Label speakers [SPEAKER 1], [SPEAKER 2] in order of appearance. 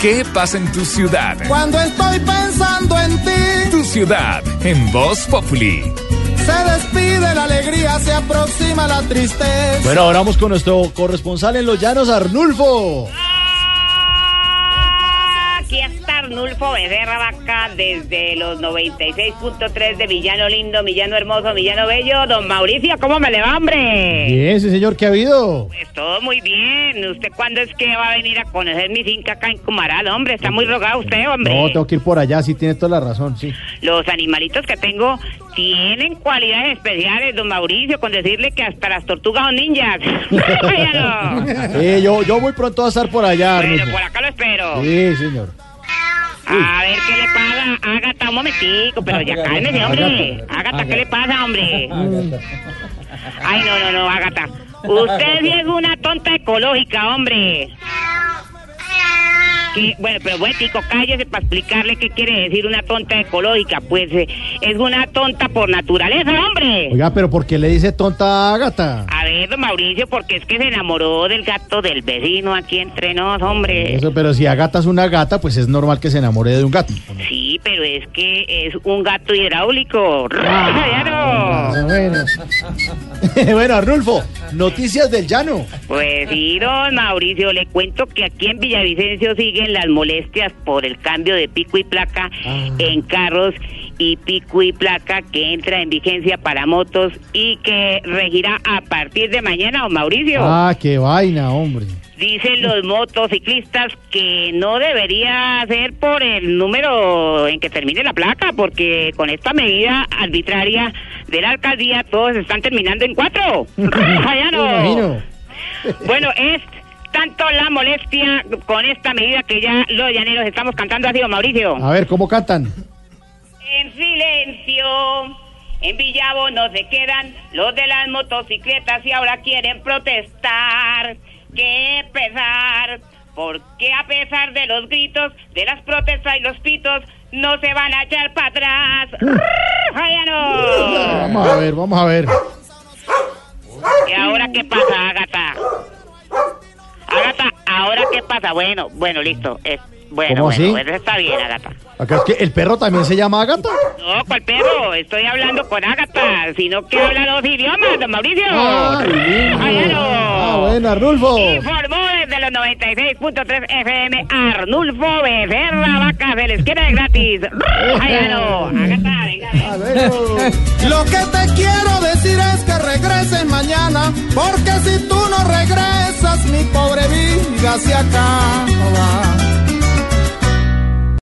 [SPEAKER 1] qué pasa en tu ciudad.
[SPEAKER 2] Cuando estoy pensando en ti,
[SPEAKER 1] Tu ciudad en Voz Populi.
[SPEAKER 2] se despide la alegría, se aproxima la tristeza.
[SPEAKER 3] Bueno, ahora vamos con nuestro corresponsal en Los Llanos, Arnulfo.
[SPEAKER 4] Aquí está Arnulfo Becerra Vaca desde los 96.3 de Villano Lindo, Villano Hermoso, Villano Bello. Don Mauricio, ¿cómo me le va, hombre?
[SPEAKER 3] Bien, sí, señor, ¿qué ha habido?
[SPEAKER 4] Pues todo muy bien. ¿Usted cuándo es que va a venir a conocer mi finca acá en Cumaral, hombre? Está muy rogado usted, hombre.
[SPEAKER 3] No, tengo que ir por allá, sí, tiene toda la razón, sí.
[SPEAKER 4] Los animalitos que tengo tienen cualidades especiales, don Mauricio, con decirle que hasta las tortugas son ninjas. Váyalo.
[SPEAKER 3] Eh, yo, yo muy pronto a estar por allá,
[SPEAKER 4] bueno,
[SPEAKER 3] Arnulfo.
[SPEAKER 4] por acá lo espero.
[SPEAKER 3] Sí, señor.
[SPEAKER 4] A ver qué le pasa, Ágata, un momentico, pero ya cálmese, hombre. Ágata, ¿qué le pasa, hombre? Ay, no, no, no, Ágata. Usted sí es una tonta ecológica, hombre. Que- bueno, pero bueno, tico, cállese para explicarle qué quiere decir una tonta ecológica. Pues eh, es una tonta por naturaleza, hombre.
[SPEAKER 3] Oiga, pero ¿por qué le dice tonta a Ágata?
[SPEAKER 4] A ver, don Mauricio, porque es que se enamoró del gato del vecino aquí entre nos, hombre.
[SPEAKER 3] Eso, pero si Agata es una gata, pues es normal que se enamore de un gato.
[SPEAKER 4] Sí, pero es que es un gato hidráulico. Ya no.
[SPEAKER 3] Ah, bueno. bueno, Arnulfo, noticias del llano.
[SPEAKER 4] Pues sí, don Mauricio, le cuento que aquí en Villavicencio siguen las molestias por el cambio de pico y placa
[SPEAKER 3] Ah.
[SPEAKER 4] en carros y pico y placa que entra en vigencia para motos y que regirá a partir de mañana, don Mauricio.
[SPEAKER 3] Ah, qué vaina, hombre.
[SPEAKER 4] Dicen los motociclistas que no debería ser por el número en que termine la placa, porque con esta medida arbitraria de la alcaldía todos están terminando en cuatro. Allá Ah, no.
[SPEAKER 3] Me imagino.
[SPEAKER 4] Bueno, es tanto la molestia con esta medida que ya los llaneros estamos cantando así, don Mauricio.
[SPEAKER 3] A ver, ¿cómo cantan?
[SPEAKER 4] En silencio, en Villabono se quedan los de las motocicletas y ahora quieren protestar. ¡Qué pesar! Porque a pesar de los gritos, de las protestas y los pitos, no se van a echar para atrás.
[SPEAKER 3] Mm.
[SPEAKER 4] ¡Ay, no!
[SPEAKER 3] Vamos a ver, vamos a ver.
[SPEAKER 4] ¿Y ahora qué pasa, Agata? Agata, ¿ahora qué pasa? Bueno, bueno, listo. Es, bueno,
[SPEAKER 3] ¿Cómo
[SPEAKER 4] bueno,
[SPEAKER 3] así?
[SPEAKER 4] bueno, está bien, Agata.
[SPEAKER 3] Acá es que el perro también se llama Agata.
[SPEAKER 4] No, ¿cuál perro? Estoy hablando con Ágata, sino que habla dos idiomas, don Mauricio.
[SPEAKER 3] Ay, lindo.
[SPEAKER 4] Ay, aló.
[SPEAKER 3] Ah, bueno, Arnulfo.
[SPEAKER 4] Informó desde los 96.3 FM Arnulfo Becerra Vaca, se les quiere de gratis. Ay, aló. Ágata, venga.
[SPEAKER 3] A ver,
[SPEAKER 2] Lo que te quiero decir es que regreses mañana, porque si tú no regresas, mi pobre vida se acaba.